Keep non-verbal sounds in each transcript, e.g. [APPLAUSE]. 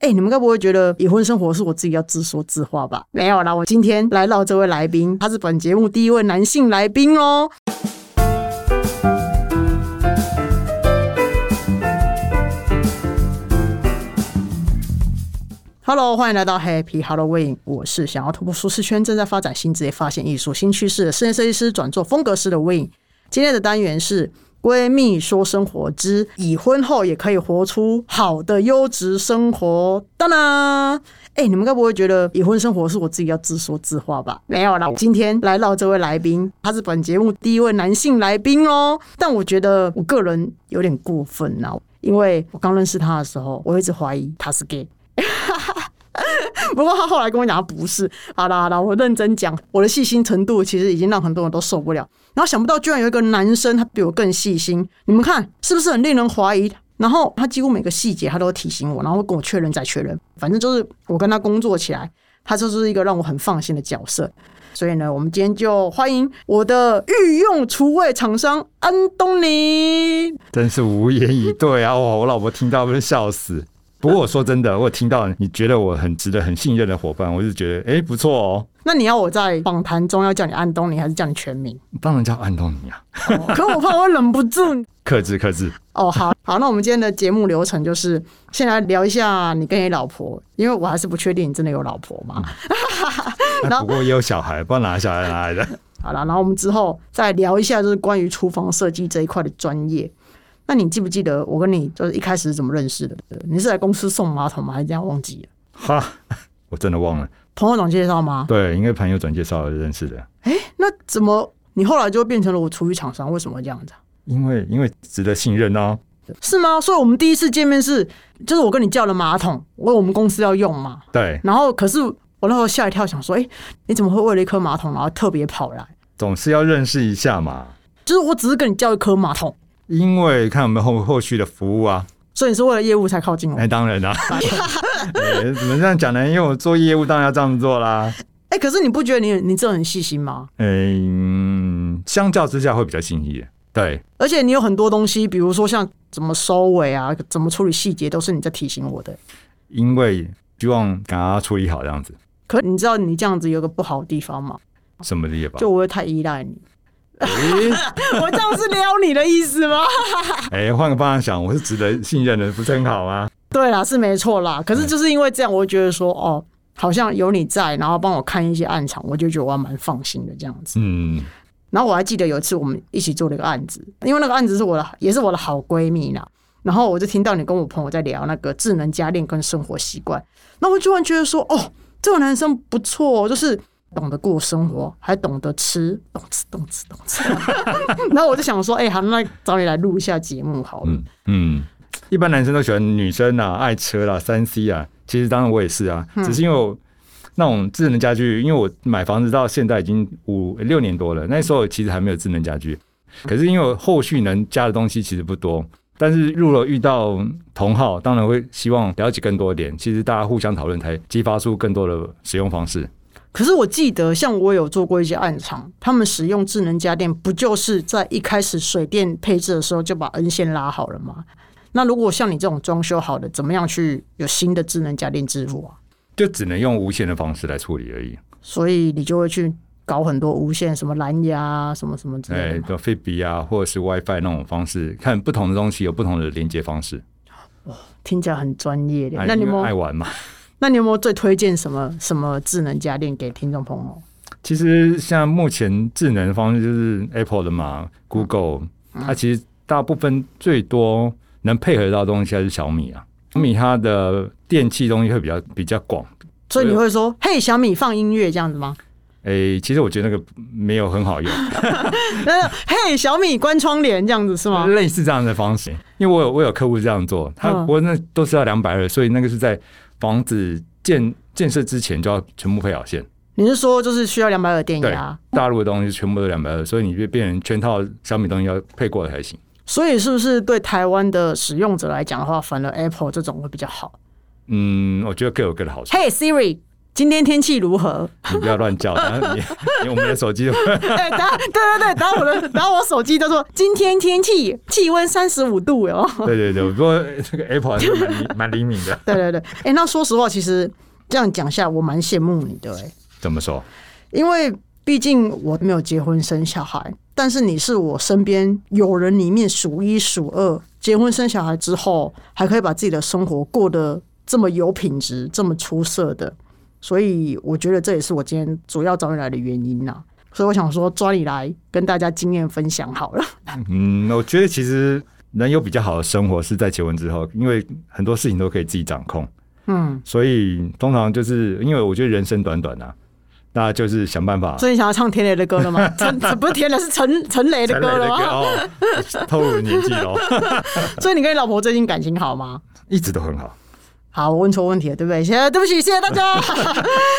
哎、你们该不会觉得已婚生活是我自己要自说自话吧？没有啦，我今天来到这位来宾，他是本节目第一位男性来宾哦。Hello，欢迎来到 Happy Halloween，我是想要突破舒适圈、正在发展新职业、发现艺术新趋势的室内设计师转做风格师的 Win。今天的单元是闺蜜说生活之已婚后也可以活出好的优质生活。当然，哎，你们该不会觉得已婚生活是我自己要自说自话吧？没有啦，今天来到这位来宾，他是本节目第一位男性来宾哦。但我觉得我个人有点过分啦，因为我刚认识他的时候，我一直怀疑他是 gay。不 [LAUGHS] 过他后来跟我讲他不是。好啦好啦，我认真讲，我的细心程度其实已经让很多人都受不了。然后想不到居然有一个男生他比我更细心，你们看是不是很令人怀疑？然后他几乎每个细节他都会提醒我，然后会跟我确认再确认。反正就是我跟他工作起来，他就是一个让我很放心的角色。所以呢，我们今天就欢迎我的御用厨卫厂商安东尼。真是无言以对啊！哇，我老婆听到会笑死。不过我说真的，我听到你觉得我很值得、很信任的伙伴，我就觉得哎、诶不错哦。那你要我在访谈中要叫你安东尼，还是叫你全名？哦当然叫安东尼啊，可我怕我忍不住，克制克制。哦，好 [LAUGHS] 好，那我们今天的节目流程就是先来聊一下你跟你老婆，因为我还是不确定你真的有老婆嘛。然哎后不过也有小孩，不知道哪小孩哪来的。 [LAUGHS] 好了，然后我们之后再聊一下就是关于厨房设计这一块的专业。那你记不记得我跟你就是一开始是怎么认识的？你是来公司送马桶吗？还是这样忘记了？哈，我真的忘了。朋友长介绍吗？对，应该朋友转介绍认识的。哎、那怎么你后来就变成了我厨余厂商？为什么会这样子啊、因为因为值得信任哦。是吗？所以我们第一次见面是，就是我跟你叫了马桶，我我们公司要用嘛，对，然后可是我那时候吓一跳，想说，哎、你怎么会为了一颗马桶，然后特别跑来？总是要认识一下嘛。就是我只是跟你叫一颗马桶，因为看我们后后续的服务啊。所以你是为了业务才靠近我。哎、哎、当然啦、哎怎么这样讲呢？因为我做业务当然要这样做啦。哎可是你不觉得你你这种很细心吗？嗯，相较之下会比较新一点。对，而且你有很多东西，比如说像怎么收尾啊，怎么处理细节，都是你在提醒我的。因为希望把它处理好这样子，可你知道你这样子有个不好的地方吗？什么的也吧。就我会太依赖你。诶我这样是撩你的意思吗？ [LAUGHS] 哎，换、个方向想，我是值得信任的，不是很好吗？对啦，是没错啦。可是就是因为这样，我会觉得说，哦，好像有你在，然后帮我看一些暗场，我就觉得我还蛮放心的这样子。嗯，然后我还记得有一次我们一起做了一个案子，因为那个案子是我的，也是我的好闺蜜啦。然后我就听到你跟我朋友在聊那个智能家电跟生活习惯，那我就突然觉得说，哦，这个男生不错、哦，就是懂得过生活，还懂得吃，懂吃懂吃懂吃。 [LAUGHS] 然后我就想说，哎、好，那找你来录一下节目好了。嗯嗯，一般男生都喜欢女生啊，爱车啦、三 C 啊。其实当然我也是啊，只是因为我那种智能家居，因为我买房子到现在已经五六年多了，那时候其实还没有智能家居，可是因为我后续能加的东西其实不多。但是入了遇到同号，当然会希望了解更多一点。其实大家互相讨论，才激发出更多的使用方式。可是我记得，像我有做过一些暗场，他们使用智能家电，不就是在一开始水电配置的时候就把 N 线拉好了吗？那如果像你这种装修好的，怎么样去有新的智能家电支付啊？就只能用无线的方式来处理而已。所以你就会去搞很多无线，什么蓝牙啊，什么什么之类哎，的嘛。就 f i b 啊，或者是 WiFi 那种方式，看不同的东西有不同的连接方式。听起来很专业的。哎那你有因没为爱有？玩嘛？ [LAUGHS] 那你有没有最推荐什么什么智能家电给听众朋友？其实像目前智能的方式就是 Apple 的嘛，Google，它、嗯其实大部分最多能配合到的东西还是小米啊。小米它的电器东西会比较比较广。所以你会说，嘿，小米放音乐这样子吗？哎，其实我觉得那个没有很好用，呃， [LAUGHS] 嘿，小米关窗帘这样 [LAUGHS] 子是吗？类似这样的方式。因为我有我有客户这样做，他嗯不过那都是要两百二，所以那个是在房子建建设之前就要全部配好线。你是说就是需要两百耳电对压？，大陆的东西全部都两百二，所以你就变成全套小米东西要配过来才行。所以是不是对台湾的使用者来讲的话，反而 Apple 这种会比较好？嗯，我觉得各有各的好处。 [LAUGHS] 嘿、Siri，今天天气如何？你不要乱叫，然后你 [LAUGHS] 你我们的手机 [LAUGHS] 就哎、打对对对，打我 [LAUGHS] 的打我手机叫做今天天气气温三十五度哟。对对对，不过这个 Apple 还是蛮灵 [LAUGHS] 蛮灵敏的。对对对，哎、那说实话，其实这样讲下来，我蛮羡慕你的哎、怎么说？因为毕竟我没有结婚生小孩，但是你是我身边有人里面数一数二，结婚生小孩之后还可以把自己的生活过得这么有品质、这么出色的，所以我觉得这也是我今天主要找你来的原因呐、所以我想说抓你来跟大家经验分享好了。嗯，我觉得其实能有比较好的生活是在结婚之后，因为很多事情都可以自己掌控。嗯，所以通常就是因为我觉得人生短短啊，那就是想办法。所以你想要唱田雷的歌了吗？ [LAUGHS] 陈陈不是田雷，是陈陈雷的才来歌得了个吗？哦， [LAUGHS] 透露年纪 [LAUGHS] 喽，所以你跟你老婆最近感情好吗？一直都很好。好，我问错问题了，对不对？谢谢，对不起，谢谢大家。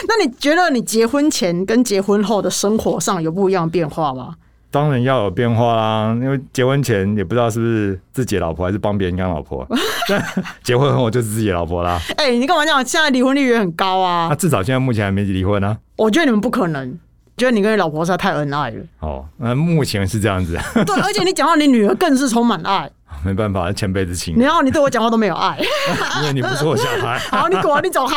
那你觉得你结婚前跟结婚后的生活上有不一样的变化吗？当然要有变化啦，因为结婚前也不知道是不是自己的老婆还是帮别人当老婆，但结婚后就是自己的老婆啦。哎、你干嘛这样？现在离婚率也很高那、啊！至少现在目前还没离婚啊。我觉得你们不可能，觉得你跟你老婆实在太恩爱了。哦，那目前是这样子，啊对，而且你讲到你女儿更是充满爱， [LAUGHS] 没办法，前辈之情，然后你对我讲话都没有爱。因为你不是我小孩，好，你果然你走开。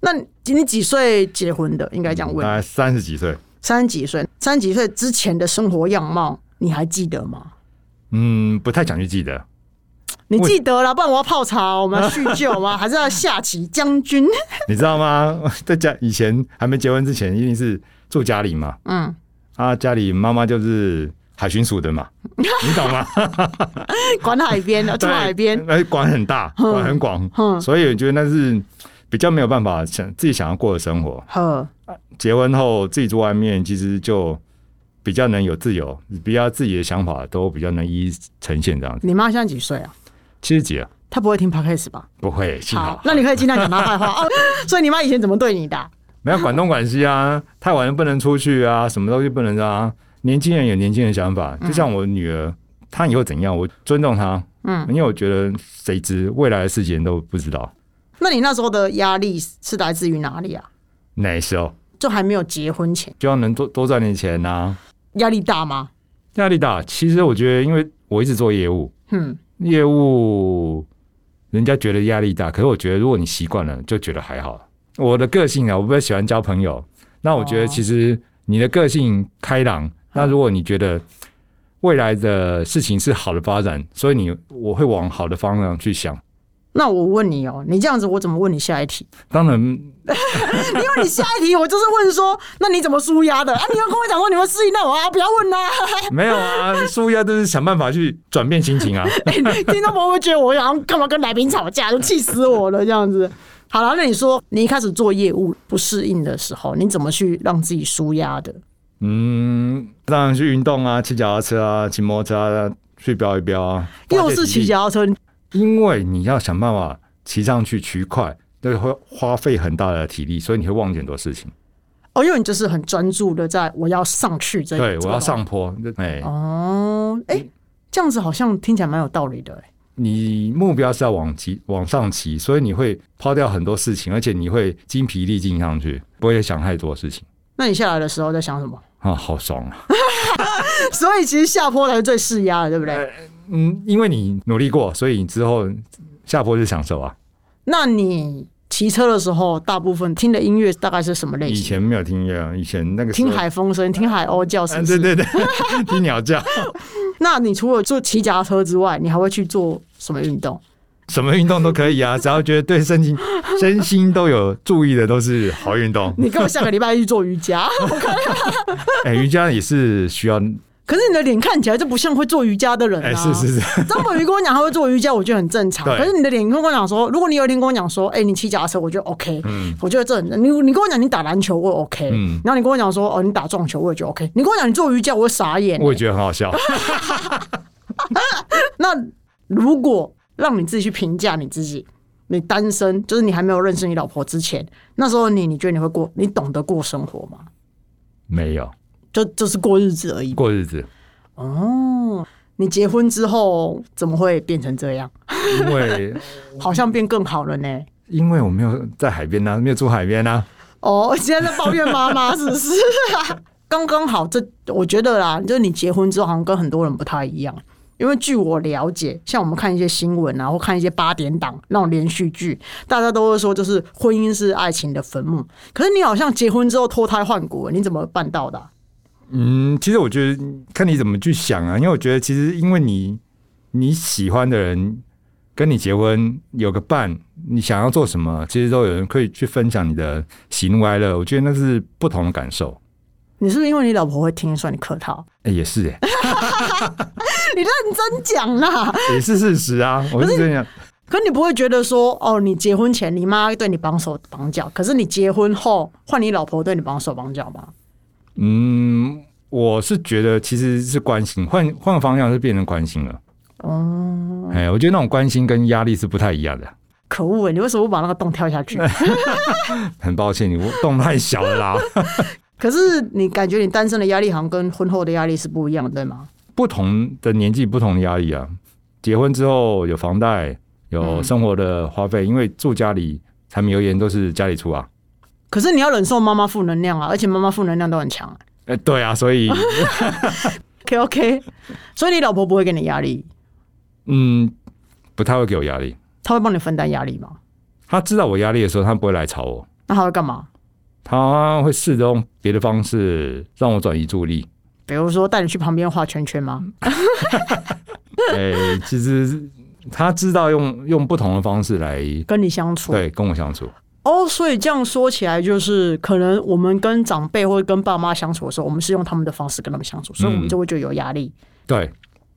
那你你几岁结婚的？应该这样问嗯大。概三十几岁。三十几岁，三十几岁之前的生活样貌你还记得吗？嗯，不太想去记得。你记得了，不然我要泡茶，我们要叙旧吗？还是要下棋将军？你知道吗？ [LAUGHS] 在家以前还没结婚之前，一定是住家里嘛。嗯，啊，家里妈妈就是海巡署的嘛，你懂吗？ [LAUGHS] 管海边 [LAUGHS] 的，住对海边。，哎，管很大，管很广，嗯所以我觉得那是比较没有办法想自己想要过的生活。呵，结婚后自己住外面，其实就比较能有自由，比较自己的想法都比较能一一呈现这样子。你妈现在几岁啊？七十几了，她不会听 podcast 吧？不会，幸好那你可以尽量讲她坏 [LAUGHS] 话哦。所以你妈以前怎么对你的啊？ [LAUGHS] 没有管东管西啊，太晚了不能出去啊，什么东西不能啊。年轻人有年轻人想法，就嗯像我女儿，她以后怎样，我尊重她。嗯，因为我觉得谁知未来的事情都不知道。那你那时候的压力是来自于哪里啊？那时候就还没有结婚前，就要能多多赚点钱呐、啊，压力大吗？压力大。其实我觉得，因为我一直做业务，嗯，业务人家觉得压力大，可是我觉得如果你习惯了，就觉得还好。我的个性啊，我不太喜欢交朋友。那我觉哦得其实你的个性开朗，嗯那如果你觉得未来的事情是好的发展，所以你我会往好的方向去想。那我问你哦，你这样子我怎么问你下一题？当然，因为你下一题我就是问说，那你怎么舒压的啊？你要跟我讲说你们适应那我啊，不要问啦、没有啊，舒压就是想办法去转变心 [LAUGHS] 情啊。听众朋友会觉得我想干嘛跟来宾吵架，就气死我了这样子。好了，那你说你一开始做业务不适应的时候，你怎么去让自己舒压的？嗯，当然去运动啊，骑脚踏车啊，骑摩托车、啊、去飙一飙啊。又是骑脚踏车，因为你要想办法骑上去取快，那会花费很大的体力，所以你会忘记很多事情。哦，因为你就是很专注的在我要上去这，对，这我个要东西上坡。哎、哦，哎、这样子好像听起来蛮有道理的、哎你目标是要往骑往上骑，所以你会抛掉很多事情，而且你会精疲力尽上去，不会想太多事情那你下来的时候在想什么？ [LAUGHS] 啊，好爽啊！所以其实下坡才是最释压的，对不对？嗯，因为你努力过，所以你之后下坡是享受啊。那你骑车的时候，大部分听的音乐大概是什么类以型？前没有听音乐，啊以前那个时候听海风声，听海鸥叫，是嗯，不是？对对对， [LAUGHS] 听鸟叫，那你除了做骑脚踏车之外，你还会去做什么运动？什么运动都可以啊，只要觉得对身心身心都有注意的，都是好运动。你跟我下个礼拜去做瑜 [LAUGHS] 伽，哎、瑜伽也是需要，可是你的脸看起来就不像会做瑜伽的人啊。哎、是是是，张本鱼跟我讲他会做瑜伽，我觉得很正常。对可是你的脸跟我讲说，如果你有一天跟我讲说，哎、你骑脚踏车，我觉得 OK，、嗯我觉得这很你你跟我讲你打篮球，我也 OK，、嗯然后你跟我讲说哦你打撞球，我也觉得 OK，你跟我讲你做瑜伽，我会傻眼、 [LAUGHS] 我也觉得很好笑。那如果让你自己去评价你自己，你单身，就是你还没有认识你老婆之前，那时候你你觉得你会过，你懂得过生活吗？没有就就是过日子而已。过日子，哦，你结婚之后怎么会变成这样？因为好像变更好了呢。因为我没有在海边呐、啊，没有住海边呐、啊，哦， [LAUGHS] 现在在抱怨妈妈是不 [LAUGHS] 是？刚刚好，这我觉得啦，就是你结婚之后，好像跟很多人不太一样。因为据我了解，像我们看一些新闻啊，或看一些八点档那种连续剧，大家都会说，就是婚姻是爱情的坟墓。可是你好像结婚之后脱胎换骨，你怎么办到的啊、嗯，其实我觉得看你怎么去想啊，因为我觉得其实因为你你喜欢的人跟你结婚有个伴，你想要做什么，其实都有人可以去分享你的喜怒哀乐，我觉得那是不同的感受。你是不是因为你老婆会听，所以你客套？ [LAUGHS] 哎也是哎、你认真讲啦！ [LAUGHS] 也是事实啊，我是这样。可你不会觉得说，哦，你结婚前你妈对你绑手绑脚，可是你结婚后换你老婆对你绑手绑脚吗？嗯，我是觉得其实是关心，换换个方向是变成关心了。哦，哎，我觉得那种关心跟压力是不太一样的。可恶欸，你为什么不把那个洞跳下去？很抱歉，你洞太小了啦。 [LAUGHS] 可是你感觉你单身的压力好像跟婚后的压力是不一样的，对吗？不同的年纪，不同的压力啊。结婚之后有房贷，有生活的花费，因为住家里，柴米油盐都是家里出啊。可是你要忍受妈妈负能量啊，而且妈妈负能量都很强、欸。哎、对啊，所以 [LAUGHS] OK OK，所 [LAUGHS] 以你老婆不会给你压力，嗯，不太会给我压力。她会帮你分担压力吗？他知道我压力的时候，他不会来吵我，那她会干嘛？他会试着用别的方式让我转移注意力。比如说带你去旁边画圈圈吗？哎、其实他知道用用不同的方式来跟你相处？对跟我相处。哦，所以这样说起来，就是可能我们跟长辈或者跟爸妈相处的时候，我们是用他们的方式跟他们相处，所以我们就会觉得有压力。对，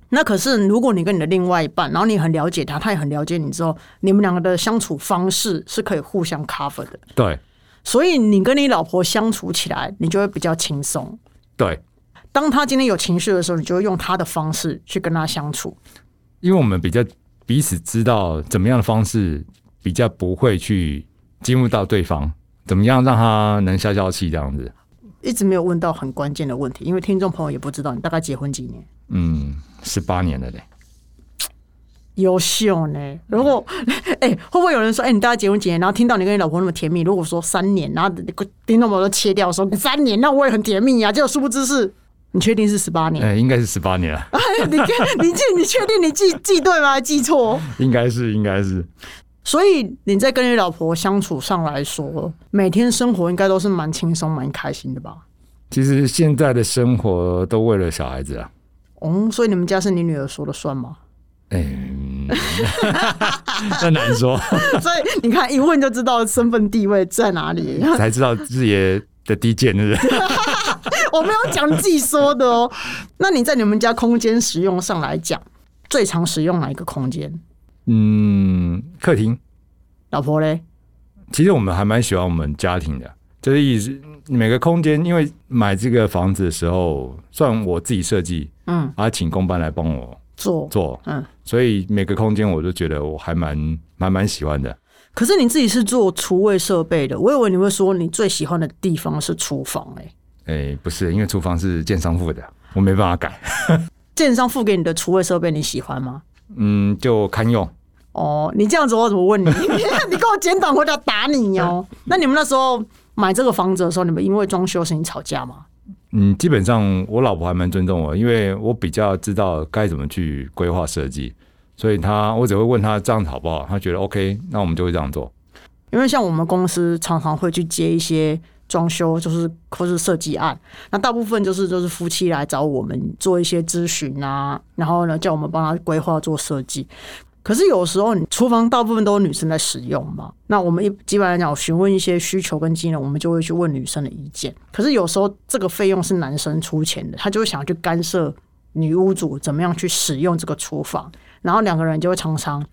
那可是如果你跟你的另外一半，然后你很了解他，他也很了解你之后，你们两个的相处方式是可以互相 cover 的，对，所以你跟你老婆相处起来，你就会比较轻松。对，当他今天有情绪的时候，你就会用他的方式去跟他相处。因为我们比较彼此知道怎么样的方式比较不会去激怒到对方，怎么样让他能消消气这样子。一直没有问到很关键的问题，因为听众朋友也不知道你大概结婚几年。嗯，十八年了嘞，优秀呢？如果 [LAUGHS] 哎、会不会有人说，哎、你大概结婚几年？然后听到你跟你老婆那么甜蜜，如果说三年，然后听众朋友都切掉说三年，那我也很甜蜜呀、啊。结果殊不知是， [LAUGHS] 你确定是十八 [LAUGHS] 年？哎、应该是十八年了，你你记你确定你记记对吗？还记错？应该是，应该是。所以你在跟你老婆相处上来说，每天生活应该都是蛮轻松、蛮开心的吧？其实现在的生活都为了小孩子啊，哦，所以你们家是你女儿说了算吗？ [LAUGHS] 嗯， [LAUGHS] 那难说，所以你看一问就知道身份地位在哪里。才知道自己的低贱，是不是？ [LAUGHS] 我没有讲自己说的哦。那你在你们家空间使用上来讲，最常使用哪一个空间？嗯，客厅。老婆嘞？其实我们还蛮喜欢我们家庭的，就是一直每个空间，因为买这个房子的时候，算我自己设计，嗯，啊，请工班来帮我坐。做，嗯，所以每个空间我都觉得我还蛮蛮蛮喜欢的。可是你自己是做厨卫设备的，我以为你会说你最喜欢的地方是厨房哎、哎、不是，因为厨房是建商付的，我没办法改，建商付给你的厨卫设备你喜欢吗？嗯，就堪用。哦，你这样子我怎么问你？ [LAUGHS] 你跟我简短回答打你哦。那你们那时候买这个房子的时候，你们因为装修事情吵架吗？嗯，基本上我老婆还蛮尊重我，因为我比较知道该怎么去规划设计，所以她我只会问她这样子好不好，她觉得 OK，那我们就会这 [LAUGHS] 样做。因为像我们公司常常会去接一些装修，就是或是设计案，那大部分就是就是夫妻来找我们做一些咨询啊，然后呢叫我们帮他规划做设计。可是有时候你厨房大部分都是女生在使用嘛，那我们一基本来讲询问一些需求跟技能，我们就会去问女生的意见。可是有时候这个费用是男生出钱的，他就会想要去干涉女屋主怎么样去使用这个厨房，然后两个人就会常常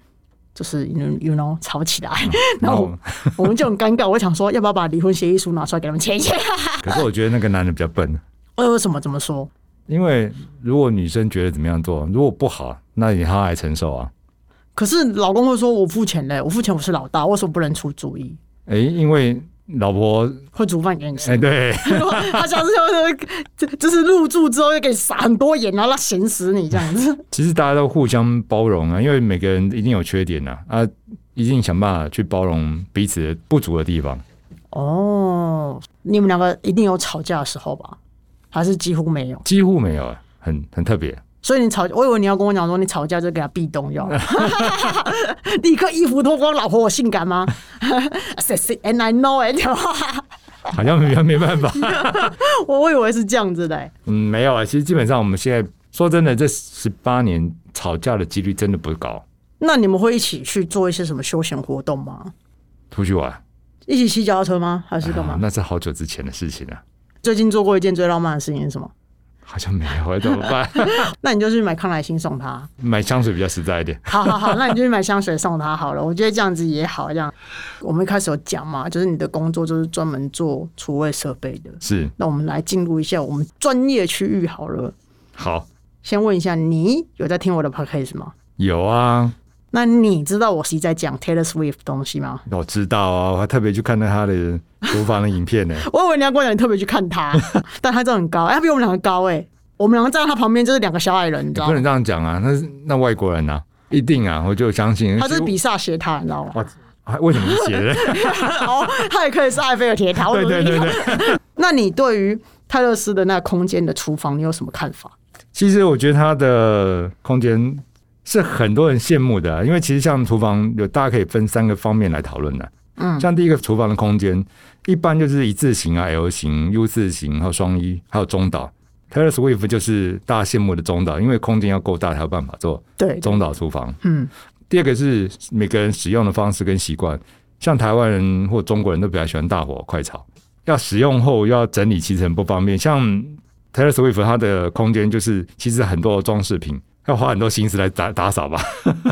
就是 you you know 吵起来，然后我我我们就很尴尬，我想说要不要把离婚协议书拿出来给他们签一 [LAUGHS] 签？可是我觉得那个男人比较笨，呃，为什么这么说？因为如果女生觉得怎么样做，如果不好，那你她来承受啊。可是老公会说：“我付钱嘞，我付钱，我是老大，为什么不能出主意？哎、因为老婆，会煮饭给 [LAUGHS] 你吃哎、。对，他下次就就就是入住之后就给你撒很多盐，然后他咸死你这样子。其实大家都互相包容啊，因为每个人一定有缺点呐、啊，啊，一定想办法去包容彼此不足的地方。 [LAUGHS] 哦，你们两个一定有吵架的时候吧？还是几乎没有？几乎没有，啊很很特别。所以你吵，我以为你要跟我讲说你吵架就给他避冬药， [LAUGHS] 立刻衣服脱光，老婆我性感吗 [LAUGHS] ？Sexy and I know it [LAUGHS] 好像没没办法， [LAUGHS] 我以为是这样子的、欸，嗯，没有啊。其实基本上我们现在说真的，这十八年吵架的几率真的不高。那你们会一起去做一些什么休闲活动吗？出去玩一起骑脚踏车吗？还是干嘛？啊那是好久之前的事情了、最近做过一件最浪漫的事情是什么？ [LAUGHS] 好像没有，啊怎么办？那你就去买康乃馨送他。买香水比较实在一点。好好 [LAUGHS] 好，那你就去买香水送他好了。我觉得这样子也好。这样，我们一开始有讲嘛，就是你的工作就是专门做厨卫设备的。是，那我们来进入一下我们专业区域好了。好，先问一下，你有在听我的 podcast 吗？有啊，那你知道我是在讲 Taylor Swift 东西吗？我知道啊，我还特别去看到他的厨房的影片 [LAUGHS] 呢。我以为你要跟我讲，你特别去看他，但他真的很高，哎、他比我们两个高哎、我们两个站在他旁边就是两个小矮人，你知你道不吗？能这样讲啊，那是那外国人啊，一定啊，我就相信。他就是比萨斜塔，你知道吗？哇，啊为什么是 [LAUGHS] 斜的？哦，他也可以是埃菲尔铁塔。我对怎么对知道对对。那你对于泰勒斯的那个空间的厨房，你有什么看法？其实我觉得它的空间是很多人羡慕的啊、因为其实像厨房有大家可以分三个方面来讨论的。嗯像第一个厨房的空间，一般就是一字形啊、L 型、U 字形，还有双一，还有中岛。Taylor Swift 就是大家羡慕的中岛，因为空间要够大才有办法做对，中岛厨房。嗯，第二个是每个人使用的方式跟习惯，像台湾人或中国人都比较喜欢大火快炒，要使用后要整理其实很不方便。像 Taylor Swift 它的空间就是其实很多装饰品，要花很多心思来打打扫吧。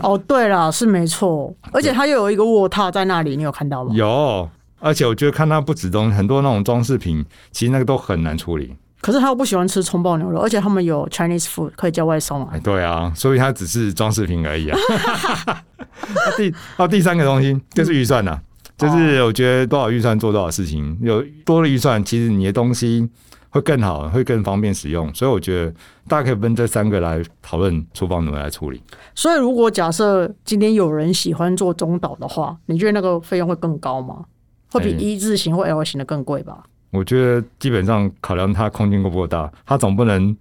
哦，对了，是没错，而且它又有一个卧榻在那里，你有看到吗？有，而且我觉得看它不止东西，很多那种装饰品，其实那个都很难处理。可是他又不喜欢吃葱爆牛肉，而且他们有 Chinese food 可以叫外送啊。哎，对啊，所以它只是装饰品而已啊。 [LAUGHS] 那第到第三个东西就是预算呐、啊就是我觉得多少预算做多少事情，有多的预算，其实你的东西会更好，会更方便使用。所以我觉得大家可以分这三个来讨论厨房怎么来处理。所以如果假设今天有人喜欢做中岛的话，你觉得那个费用会更高吗？会比哎一字型或 L 型的更贵吧？我觉得基本上考量它空间够不够大，它总不能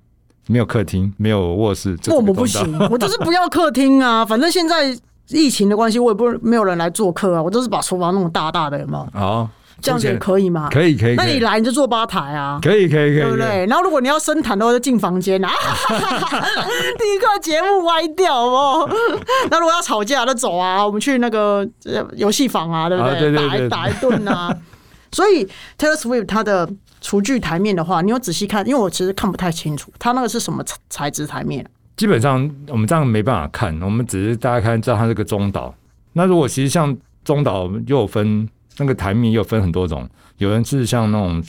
没有客厅、没有卧室，这我个们不公道行， [LAUGHS] 我就是不要客厅啊。反正现在疫情的关系，我也不没有人来做客啊。我都是把厨房弄大大的，有没有？好，这样子出也现可以吗？可以可以，那可你以来你就做吧台啊，可以可以可以，对不可以对？然后如果你要深谈的话，就进房间 [LAUGHS] 啊，立刻节目歪掉哦。那如果要吵架，那走啊，我们去那个呃游戏房啊，对不啊对对对打一打一顿 [LAUGHS] 啊。所以 Taylor Swift 它的厨具台面的话，你有仔细看，因为我其实看不太清楚，它那个是什么材材质台面啊、基本上我们这样没办法看，我们只是大家看知道它是个中岛。那如果其实像中岛又有分那个台面，又有分很多种，有人是像那种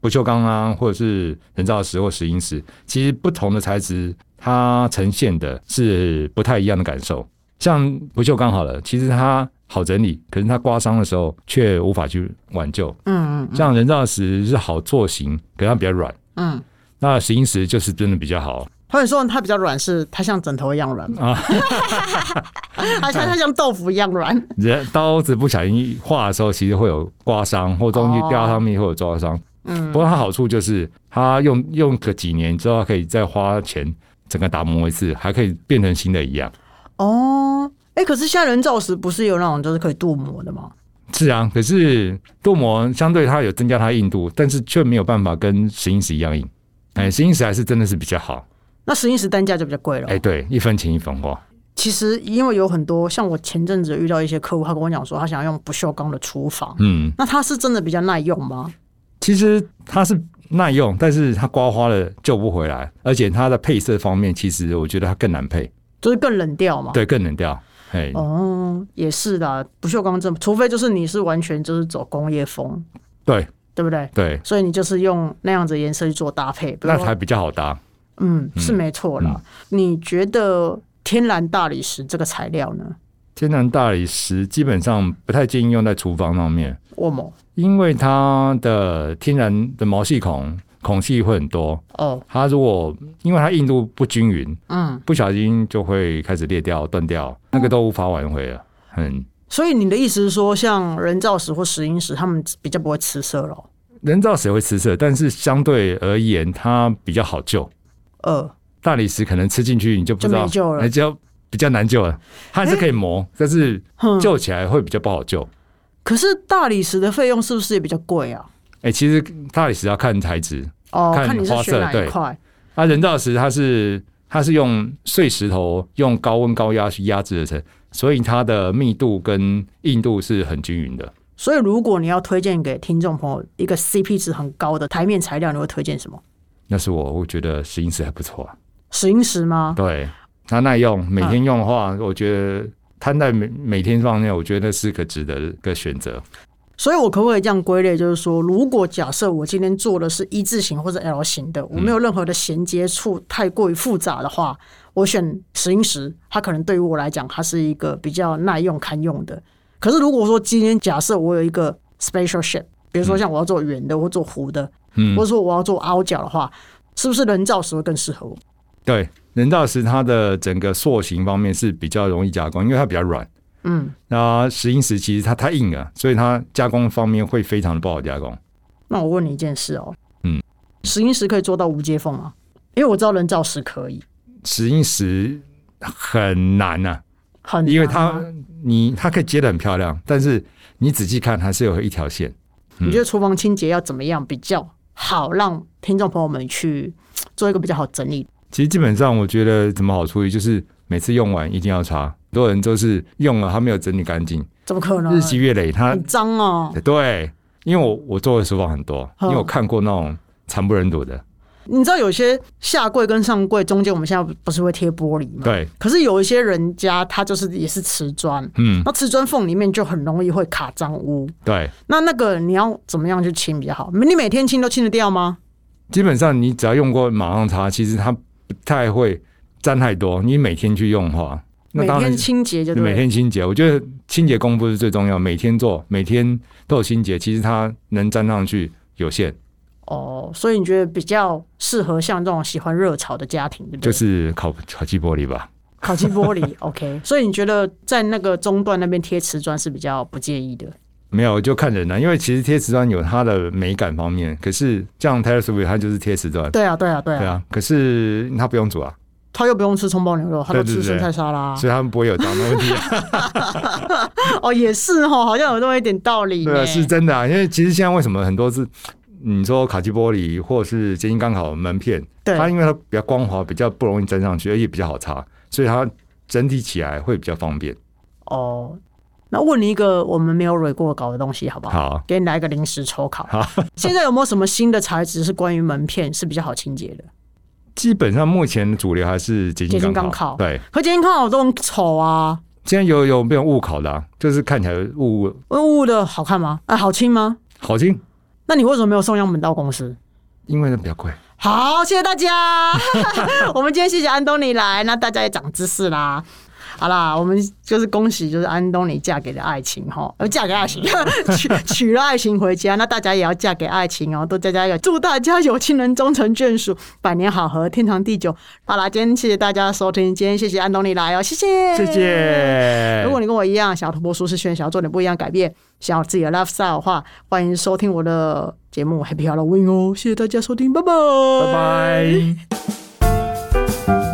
不锈钢啊，或者是人造石或石英石，其实不同的材质它呈现的是不太一样的感受。像不锈钢好了，其实它好整理，可是它刮伤的时候却无法去挽救。嗯嗯像人造石是好做型，可是它比较软。嗯。那石英石就是真的比较好，或者说它比较软，是它像枕头一样软啊 [LAUGHS] 还是它像豆腐一样 [LAUGHS] 软？人刀子不小心划的时候，其实会有刮伤，或东西掉上面会有抓伤。嗯不过它好处就是，它用用个几年之后，可以再花钱整个打磨一次，还可以变成新的一样。哦，哎、可是现在人造石不是有那种就是可以镀膜的吗？是啊，可是镀膜相对它有增加它硬度，但是却没有办法跟石英石一样硬。哎，石英石还是真的是比较好。那石英石单价就比较贵了。哎，对，一分钱一分货。其实因为有很多像我前阵子遇到一些客户，他跟我讲说他想要用不锈钢的厨房，嗯，那它是真的比较耐用吗？其实它是耐用，但是它刮花了救不回来，而且它的配色方面，其实我觉得它更难配，就是更冷调嘛。。对，更冷调。哎，哦，也是的，不锈钢这，除非就是你是完全就是走工业风，对对不对？对，所以你就是用那样子的颜色去做搭配，比如那说才比较好搭。嗯，是没错啦。你觉得天然大理石这个材料呢？天然大理石基本上不太建议用在厨房上面，我某因为它的天然的毛细孔孔隙会很多，哦，它如果因为它硬度不均匀，嗯，不小心就会开始裂掉、断掉，那个都无法挽回了。嗯，所以你的意思是说，像人造石或石英石，它们比较不会吃色咯？人造石会吃色，但是相对而言它比较好救。呃，大理石可能吃进去你就不知道，就没救了哎哎就比较难救了。它还是可以磨，但是哼。救起来会比较不好救。可是大理石的费用是不是也比较贵啊？哎、其实大理石要看材质，哦，看看你是花选色哪一对块。啊，人造石它是它是用碎石头用高温高压去压制而成，所以它的密度跟硬度是很均匀的。所以如果你要推荐给听众朋友一个 CP 值很高的台面材料，你会推荐什么？那是我我觉得石英石还不错啊，石英石吗？对，它耐用，每天用的话，我觉得摊在每每天放那，我觉得是个值得的一个选择。所以我可不可以这样归类，就是说，如果假设我今天做的是一字形或者 L 型嗯的，我没有任何的衔接处太过于复杂的话，我选石英石，它可能对于我来讲，它是一个比较耐用堪用的。可是如果说今天假设我有一个 spatial shape，比如说像我要做圆的或做弧的，嗯或者说我要做凹角的话，是不是人造石会更适合我？对，人造石它的整个塑形方面是比较容易加工，因为它比较软。嗯，那石英石其实它太硬了，所以它加工方面会非常的不好加工。那我问你一件事哦，嗯，石英石可以做到无接缝吗？因为我知道人造石可以，石英石很难呐、很因为难啊它吗你它可以接的很漂亮，但是你仔细看还是有一条线。嗯你觉得厨房清洁要怎么样比较好，让听众朋友们去嘖做一个比较好整理？其实基本上我觉得怎么好处理，就是每次用完一定要擦。很多人都是用了，他没有整理干净，怎么可能日？啊积月累，他很脏哦！对，因为我我做的手法很多，嗯因为我看过那种惨不忍睹的，你知道有些下柜跟上柜中间，我们现在不是会贴玻璃吗？对，可是有一些人家他就是也是瓷砖，嗯，那瓷砖缝里面就很容易会卡脏污。对，那那个你要怎么样去清比较好？你每天清都清得掉吗？基本上你只要用过马上擦，其实它不太会沾太多。你每天去用的话，那每当然天清洁就你对每了。天清洁，我觉得清洁功夫是最重要，每天做，每天都有清洁，其实它能沾上去有限，哦，所以你觉得比较适合像这种喜欢热潮的家庭，对不对？就是烤烤漆玻璃吧。烤漆玻 [LAUGHS] 璃，OK。所以你觉得在那个中段那边贴瓷砖是比较不介意的？没有，就看人了、啊因为其实贴瓷砖有它的美感方面，可是像 Taylor Swift 它就是贴瓷砖，对啊，对啊，对对啊。啊，可是它不用煮啊，他又不用吃葱爆牛肉，他都对对吃对生菜沙拉。所以他们不会有脏的问题、啊。 [LAUGHS] 哦，也是哦，好像有那么一点道理对啊，耶。是真的啊，因为其实现在为什么很多是你说烤漆玻璃或是结晶钢烤门片，对它因为它比较光滑，比较不容易粘上去，而且比较好擦，所以它整体起来会比较方便。哦。那问你一个我们没有蕊过稿的东西，好不好？好，给你来一个临时抽考。好 [LAUGHS] 现在有没有什么新的材质是关于门片是比较好清洁的？基本上目前的主流还是结晶结晶钢钢烤对，可今天看到我都很丑啊，现在有有没有雾烤的、啊，就是看起来雾雾雾的好看吗？啊，好清吗？好听，那你为什么没有送样本到公司？因为它比较贵。好，谢谢大家。 [LAUGHS] 我们今天谢谢安东尼来，那大家也长知识啦。好啦，我们就是恭喜，就是安东尼嫁给了爱情哈，呃，嫁给爱情， [LAUGHS] 娶娶了爱情回家，那大家也要嫁给爱情哦，都大家有，祝大家有情人终成眷属，百年好合，天长地久。好啦，今天谢谢大家的收听，今天谢谢安东尼来哦，谢谢，谢。谢。如果你跟我一样想要突破舒适圈，想要做点不一样的改变，想要有自己的 lifestyle 的话，欢迎收听我的节目 Happy Halloween 哦！谢谢大家收听，拜拜，拜拜。